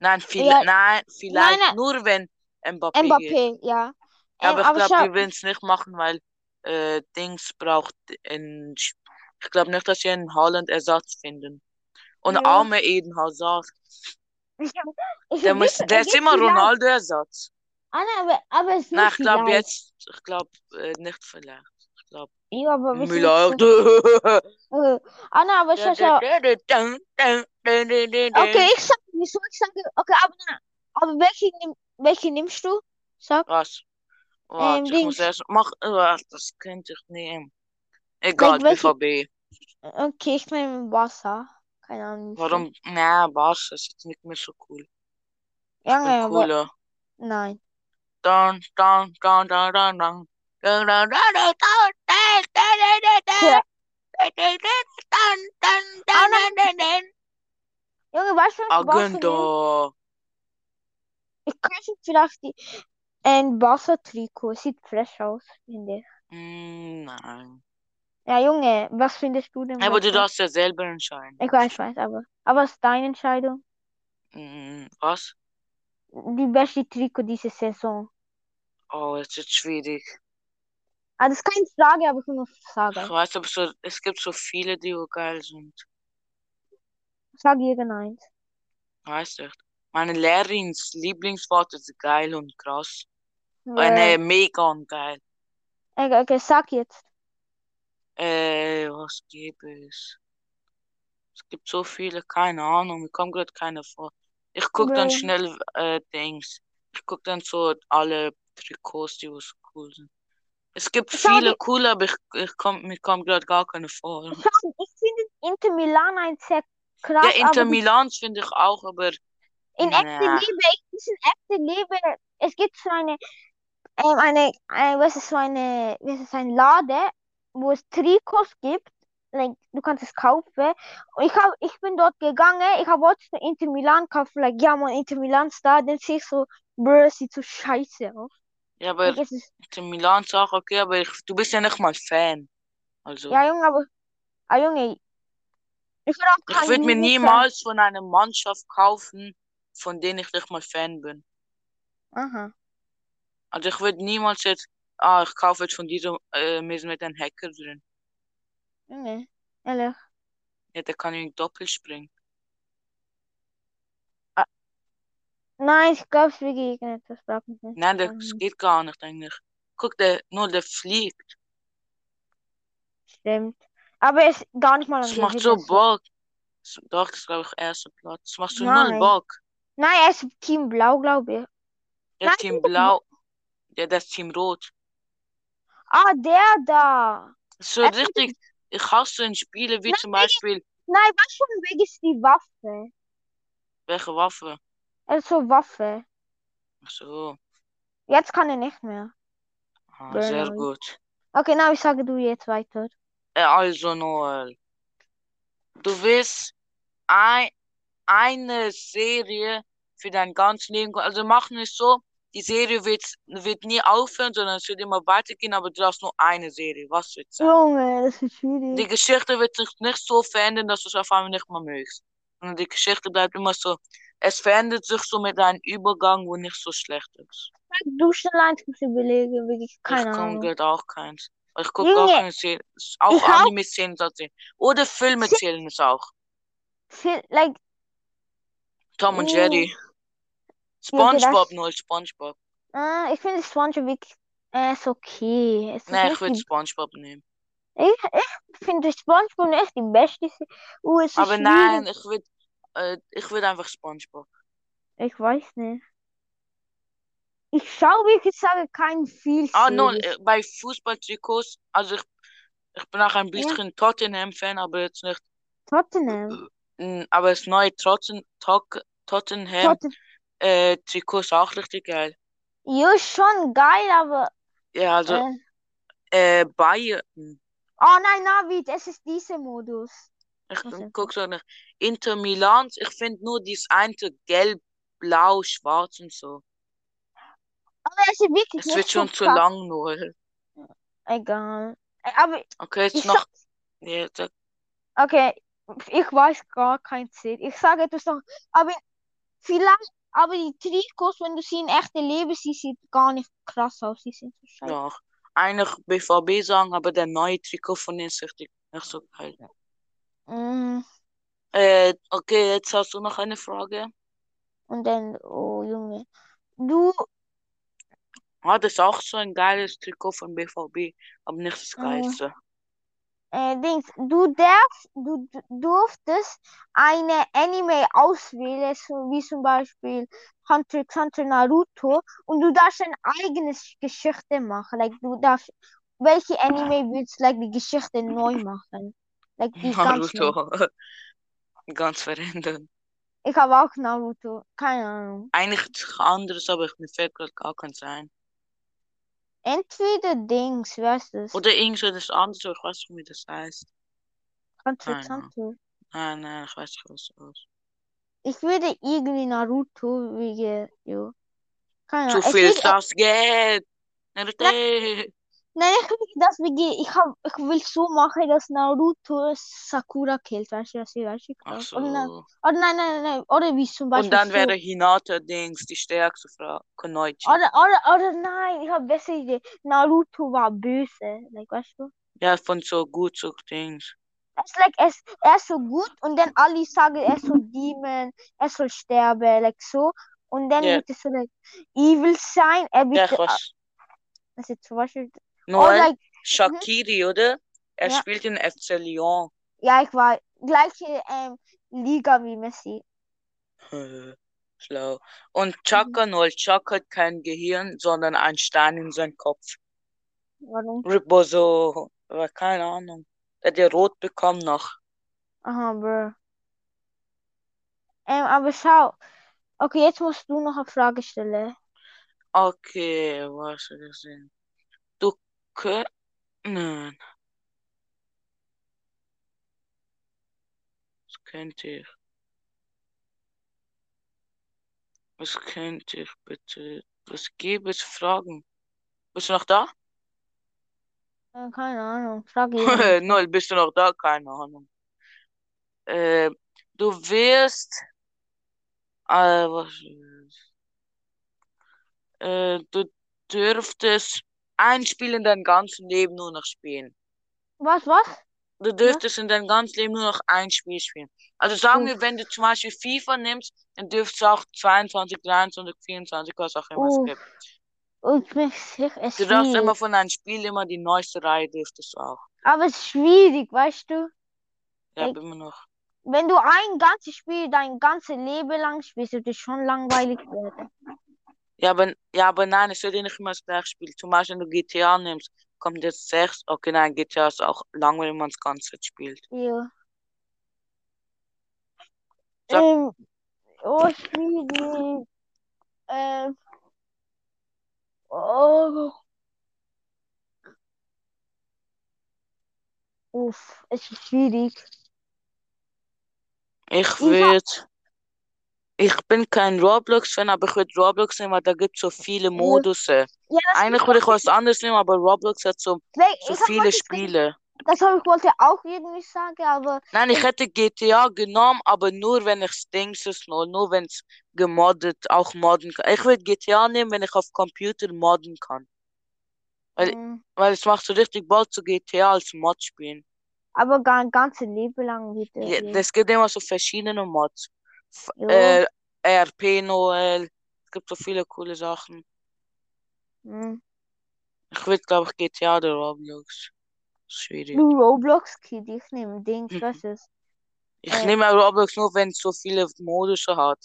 S1: Nein, viel,
S2: ja.
S1: nein,
S2: Nein,
S1: vielleicht
S2: nein,
S1: nur, wenn Mbappé geht.
S2: Mbappé, ja.
S1: Ja,
S2: Ähm,
S1: aber ich
S2: aber
S1: glaube,
S2: schau,
S1: die werden es nicht machen, weil äh, Dings braucht einen. Sch- Ich glaube nicht, dass sie einen Haaland-Ersatz finden. Und
S2: ja.
S1: arme Eden Hazard.
S2: Ich, ich
S1: Der,
S2: hab
S1: muss,
S2: nicht,
S1: der
S2: es
S1: ist
S2: gibt
S1: immer
S2: vielleicht.
S1: Ronaldo-Ersatz.
S2: Anna, aber, aber es ist
S1: Na,
S2: nur
S1: ich glaube
S2: vielleicht.
S1: jetzt, ich glaube äh, nicht vielleicht. Ich glaube
S2: Ja, aber wir sind nicht
S1: Müller.
S2: so. Äh, Anna, aber schau, schau. Okay, ich sag, wieso ich sage, okay, aber, na, aber welche, nimm, welche nimmst du? Sag,
S1: Was? Warte,
S2: ähm,
S1: ich muss
S2: Dings.
S1: erst machen. Warte, das könnte ich nehmen.
S2: Like,
S1: Egal,
S2: welche,
S1: BVB.
S2: okay, ich nehme Wasser. Keine Ahnung, wieso.
S1: Warum? Na, Barca ist jetzt nicht mehr so cool. Ich
S2: Ah, Ja,
S1: bin
S2: nein, aber,
S1: cooler.
S2: nein.
S1: Dun, dun, dun, dun, dun, dun. Dun, dun, dun, dun, dun, dun, dun, dun, dun,
S2: Tja,
S1: dun, dun, dun, dun, dun,
S2: Anna,
S1: dun, dun, dun.
S2: Junge, weißt du, was ich Wasser
S1: Agenda.
S2: nehme? Ich kaufe vielleicht die, ein Wasser-Trikot. Sieht fresh aus, finde ich.
S1: Mm, nein.
S2: Ja, Junge, was findest du denn
S1: Aber du
S2: besser?
S1: darfst ja selber entscheiden.
S2: Ich weiß, weiß, aber, aber es ist deine Entscheidung.
S1: Mm, was?
S2: Die beste Trikot diese Saison.
S1: Oh, jetzt wird's schwierig.
S2: Ah, das ist keine Frage, aber ich will nur
S1: Ich
S2: sagen.
S1: weiß, aber so, es gibt so viele, die so geil sind.
S2: Sag irgendeins.
S1: Weiß nicht. Meine Lehrerins Lieblingswort ist geil und krass. Äh,
S2: Ja.
S1: nee, mega und geil.
S2: Okay, okay, sag jetzt.
S1: Äh, was gibt es? Es gibt so viele, keine Ahnung, mir kommt gerade keine vor. Ich guck dann
S2: Bro.
S1: schnell äh, Dings. Ich guck dann so alle Trikots, die so cool sind. Es gibt
S2: Schau
S1: viele
S2: dir,
S1: coole, aber ich, ich komm, mir kommt gerade gar keine vor.
S2: schau, ich finde Inter Milan ein sehr
S1: Ja,
S2: krass,
S1: Inter
S2: aber die,
S1: Milans finde ich auch, aber
S2: in echte
S1: na,
S2: Liebe, ich, das ist in echte Liebe, es gibt so eine, ähm, eine, äh, was ist so eine, was ist ein Lade, wo es Trikots gibt, like, du kannst es kaufen. Und ich hab, ich bin dort gegangen, ich hab wollte so Inter Milan kaufen, like, ja, man, Inter Milan Star, dann sehe ich so, bro, sieht so scheiße aus.
S1: ja, aber
S2: Like, es ist,
S1: Inter Milans auch okay, aber ich, du bist ja nicht mal Fan. Also,
S2: ja, Junge, aber, ah, Junge, ich bin auch
S1: ich
S2: kein
S1: würde mir
S2: Liga-Fan.
S1: niemals von einer Mannschaft kaufen, von denen ich nicht mal Fan bin.
S2: Aha.
S1: Also ich würde niemals jetzt, ah, ich kaufe jetzt von diesem äh, mit, mit einem Hacker drin.
S2: Junge, ehrlich.
S1: Ja, der kann irgendwie doppelt springen.
S2: Ah, Nein, ich glaube, es begegnet. Das braucht mich nicht
S1: Nein, das
S2: fragen.
S1: geht gar nicht eigentlich. Guck, der, nur der fliegt.
S2: Stimmt. Aber es ist gar nicht mal am
S1: Das macht so
S2: Gewinnen. So.
S1: Bock. Das- Doch, das glaube ich erster Platz. Das macht so null
S2: Nein.
S1: Bock.
S2: Nein, er ist Team Blau, glaube ich.
S1: Der
S2: Nein,
S1: Team
S2: Team Blau.
S1: Blau, ja, das Team Rot.
S2: Ah, der da.
S1: So
S2: Er findet.
S1: richtig, ich hasse in Spiele wie
S2: Nein,
S1: zum
S2: welches.
S1: Beispiel,
S2: Nein, was für ein Weg ist die Waffe?
S1: welche Waffe?
S2: Also Waffe.
S1: Ach so,
S2: Jetzt kann er nicht mehr.
S1: ah, sehr
S2: Burnout.
S1: gut.
S2: Okay, na, ich sage du jetzt weiter.
S1: Äh, Also Noel, du willst ein, eine Serie für dein ganzes Leben. Also mach nicht so, die Serie wird, wird nie aufhören, sondern es wird immer weitergehen, aber du darfst nur eine Serie. Was wird sein?
S2: Junge, das ist
S1: Die
S2: schwierig.
S1: Geschichte wird sich nicht so verändern, dass du es auf einmal nicht mehr mögst. Und die Geschichte bleibt immer so. Es verändert sich so mit einem Übergang, wo nicht so schlecht ist.
S2: Sag Du schnell eins, muss ich überlegen. Wirklich,
S1: Ich
S2: keine
S1: komme
S2: Ahnung.
S1: gerade auch keins. Ich gucke gar
S2: Junge,
S1: keine Serien. Auch
S2: ich hab.
S1: Anime-Szenen tatsächlich. Oder Filme
S2: Shit,
S1: zählen es auch.
S2: shit, like.
S1: Tom und
S2: Uh,
S1: Jerry. Oh.
S2: ja, das-
S1: SpongeBob nur SpongeBob.
S2: Ah, ich finde SpongeBob ist okay. Es ist
S1: Nee, ich
S2: nicht
S1: würde
S2: die,
S1: SpongeBob nehmen.
S2: ich, ich finde SpongeBob nicht die beste. Se- Uh, es ist
S1: Aber
S2: schwierig.
S1: nein, ich würde äh, ich würde einfach SpongeBob.
S2: Ich weiß nicht. Ich schaue, wie ich sage, kein viel
S1: Ah, nun,
S2: Series.
S1: äh, bei Fußballtrikots, also ich, ich bin auch ein
S2: Ja.
S1: bisschen Tottenham-Fan, aber jetzt nicht.
S2: Tottenham.
S1: Mm, Aber das neue Trotten, Tot, Tottenham
S2: Totten
S1: äh, Trikot ist auch richtig geil.
S2: ja, ist schon geil, aber.
S1: Ja, also
S2: Äh.
S1: äh, Bayern.
S2: Oh nein, Navid, es ist dieser Modus.
S1: Ich
S2: Was denn?
S1: guck so nach Inter Milans. Ich finde nur dieses eine gelb, blau, schwarz und so.
S2: Aber es ist wirklich
S1: Es wird
S2: nicht so
S1: schon zu
S2: ka-
S1: lang nur.
S2: Egal. Äh, Aber
S1: Okay, jetzt
S2: ich
S1: noch.
S2: sag.
S1: Nee, sag-
S2: Okay, ich weiß gar kein Ziel. Ich sage das noch. Aber vielleicht. Aber die Trikots, wenn du sie in echte Leben siehst, sieht gar nicht krass aus. Sie sind so scheiße.
S1: ja. Eigentlich BVB sagen, aber der neue Trikot von denen ist richtig nicht so geil.
S2: Mm,
S1: Äh, okay, jetzt hast du noch eine Frage.
S2: und dann, oh Junge. Du.
S1: Ah, das ist auch so ein geiles Trikot von BVB, aber nicht das
S2: Mm,
S1: geilste.
S2: Äh, Dings, du darfst, du d- durftest eine Anime auswählen, so wie zum Beispiel Hunter x Hunter Naruto, und du darfst ein eigenes Geschichte machen. Like, du darfst, welche Anime willst, like, die Geschichte neu machen? Like, die ganz neu.
S1: Naruto. Ganz verändern.
S2: Ich habe auch Naruto, keine Ahnung.
S1: Eigentlich etwas anderes, aber ich mir fällt gerade gar keins ein.
S2: Entweder Dings, weißt du es?
S1: Oder irgend so das andere, ich weiß nicht, wie das heißt.
S2: Hunter x
S1: Keine Ahnung.
S2: Hunter.
S1: Nein, nein, ich weiß nicht, Ah, was das ist.
S2: Ich würde irgendwie Naruto, wie, ja. Keine
S1: Zu
S2: Ahnung. Es
S1: viel
S2: wird,
S1: ist das Geld.
S2: nein,
S1: Naruto.
S2: Nein, ich will nicht das WG. Ich, hab, ich will so machen, dass Naruto Sakura killt. Weißt du, was ich weiß? Ich
S1: Ach
S2: glaub. Oder, nein,
S1: so.
S2: oder nein, nein, nein, nein. Oder wie zum
S1: Und
S2: Beispiel
S1: dann wäre
S2: so.
S1: Hinata Dings die stärkste Frau. Konoichi.
S2: Oder, oder, oder nein, ich habe bessere Idee. Naruto war böse. Like, weißt du?
S1: Ja, von so gut so Dings.
S2: Es, like, es, er ist so gut und dann alle sagen, er soll Demon, er soll sterben. Like, so. Und dann
S1: Ja,
S2: wird er so like, evil sein. Er wird.
S1: ja, ich
S2: äh,
S1: weiß.
S2: Also zum Beispiel. Oder
S1: Noel,
S2: like. Mhm,
S1: Shaqiri, oder? Er
S2: ja,
S1: spielt in FC Lyon.
S2: ja, ich war. Gleiche ähm, Liga wie Messi.
S1: Schlau. Und
S2: Mhm.
S1: Chaka, Noel Chaka hat kein Gehirn, sondern einen Stein in seinem Kopf.
S2: Warum?
S1: Ribbozo, aber keine Ahnung. Der hat ja rot bekommen noch.
S2: Aha, bro. Ähm, aber schau. Okay, jetzt musst du noch eine Frage stellen.
S1: Okay, was soll das denn? Du könnt... Nein, das könnte ich. Was könnte ich bitte? Was gäbe es Fragen? Bist du noch da?
S2: Äh, keine Ahnung. Frage jemand.
S1: Null, bist du noch da? Keine Ahnung. Äh, du wirst... Äh, was... Äh, du dürftest ein Spiel in deinem ganzen Leben nur noch spielen.
S2: Was, was?
S1: Du
S2: Was?
S1: dürftest in deinem ganzen Leben nur noch ein Spiel spielen. Also sagen wir,
S2: Uff.
S1: wenn du zum Beispiel FIFA nimmst, dann dürftest du auch 22, 23, 24, was auch immer es gibt.
S2: Uff. hm. Und mich sicher, es
S1: Du
S2: ist
S1: darfst immer
S2: schwierig.
S1: von einem Spiel immer die neueste Reihe dürftest du auch.
S2: Aber es ist schwierig, weißt du?
S1: Ja,
S2: Like,
S1: immer noch.
S2: wenn du ein ganzes Spiel dein ganzes Leben lang spielst, wird es schon langweilig werden.
S1: Ja, aber, ja, aber nein, es wird ja nicht immer das gleiche Spiel. Zum Beispiel, wenn du GTA nimmst, kommt jetzt 6. Okay, nein, GTA ist auch langweilig, wenn man das Ganze spielt.
S2: Ja.
S1: Sag,
S2: Ähm, oh, schwierig. Ähm, oh, uff. Es ist schwierig.
S1: ich
S2: Ich hab,
S1: würde. Ich bin kein Roblox-Fan, aber ich würde Roblox nehmen, weil da gibt es so viele
S2: ja,
S1: Modusse.
S2: Ja, das
S1: Eigentlich
S2: gibt's
S1: würde ich
S2: auch.
S1: was anderes nehmen, aber Roblox hat so,
S2: Like,
S1: so
S2: ich hab
S1: viele
S2: wollte sagen,
S1: Spiele.
S2: das hab ich wollte auch irgendwie sagen, aber
S1: Nein, ich
S2: ich,
S1: hätte GTA genommen, aber nur wenn ich Dings es nur, nur wenn es gemoddet, auch modden kann. Ich würde GTA nehmen, wenn ich auf Computer modden kann. Weil,
S2: mm,
S1: weil es macht so richtig Bock zu GTA als Mod spielen.
S2: aber gar ganze Leben lang wieder,
S1: Ja,
S2: ja.
S1: es gibt immer so verschiedene Mods. F
S2: Jo,
S1: äh, RP Noel. Es gibt so viele coole Sachen.
S2: Hm.
S1: Ich will, glaube ich, GTA oder Roblox. Schwierig.
S2: Du Roblox Kid, ich nehme Dings,
S1: Mhm.
S2: was ist?
S1: Ich
S2: Äh,
S1: nehme ja Roblox nur, wenn es so viele modische hat.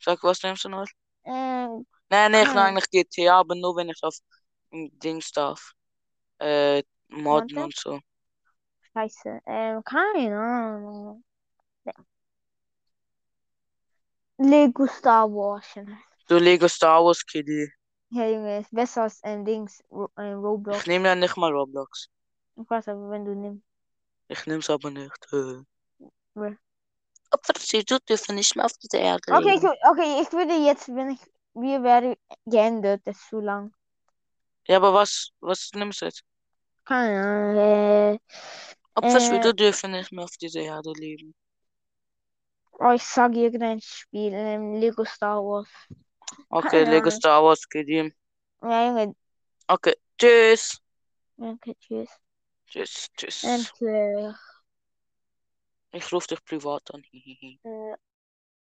S1: Sag, was nimmst du noch?
S2: äh,
S1: Nein, nee, ich nehme
S2: hm,
S1: eigentlich GTA, aber nur, wenn ich auf ähm, Dings darf. Äh, modden
S2: Content?
S1: und so.
S2: Scheiße. Ähm, keine Ahnung. Lego Star Wars.
S1: So Lego Star Wars Kitty.
S2: Ja, Junge, ist besser als ähm, Dings, Ro äh,
S1: Ich
S2: Roblox.
S1: nehme ja nicht mal Roblox.
S2: Ich weiß aber, wenn du nimmst.
S1: Ich nehme es aber nicht. Äh.
S2: Well.
S1: Opfer sie, du dürfen nicht mehr auf dieser Erde
S2: Okay, ich,
S1: leben.
S2: okay, ich würde jetzt, wenn ich, wir wäre geändert, das ist zu lang.
S1: Ja, aber was, was nimmst du jetzt?
S2: Keine Ahnung.
S1: Opfer sie,
S2: Äh, äh,
S1: du dürfen nicht mehr auf dieser Erde leben.
S2: oh, ich sage irgendein Spiel, ähm, Lego Star Wars.
S1: Okay,
S2: Keine
S1: Lego
S2: Ahnung.
S1: Star Wars Kitty.
S2: Ja, Junge,
S1: Okay, tschüss.
S2: danke, tschüss. Ähm.
S1: Tschüss, tschüss.
S2: uh, Endlich.
S1: Ich rufe dich privat an.
S2: Äh,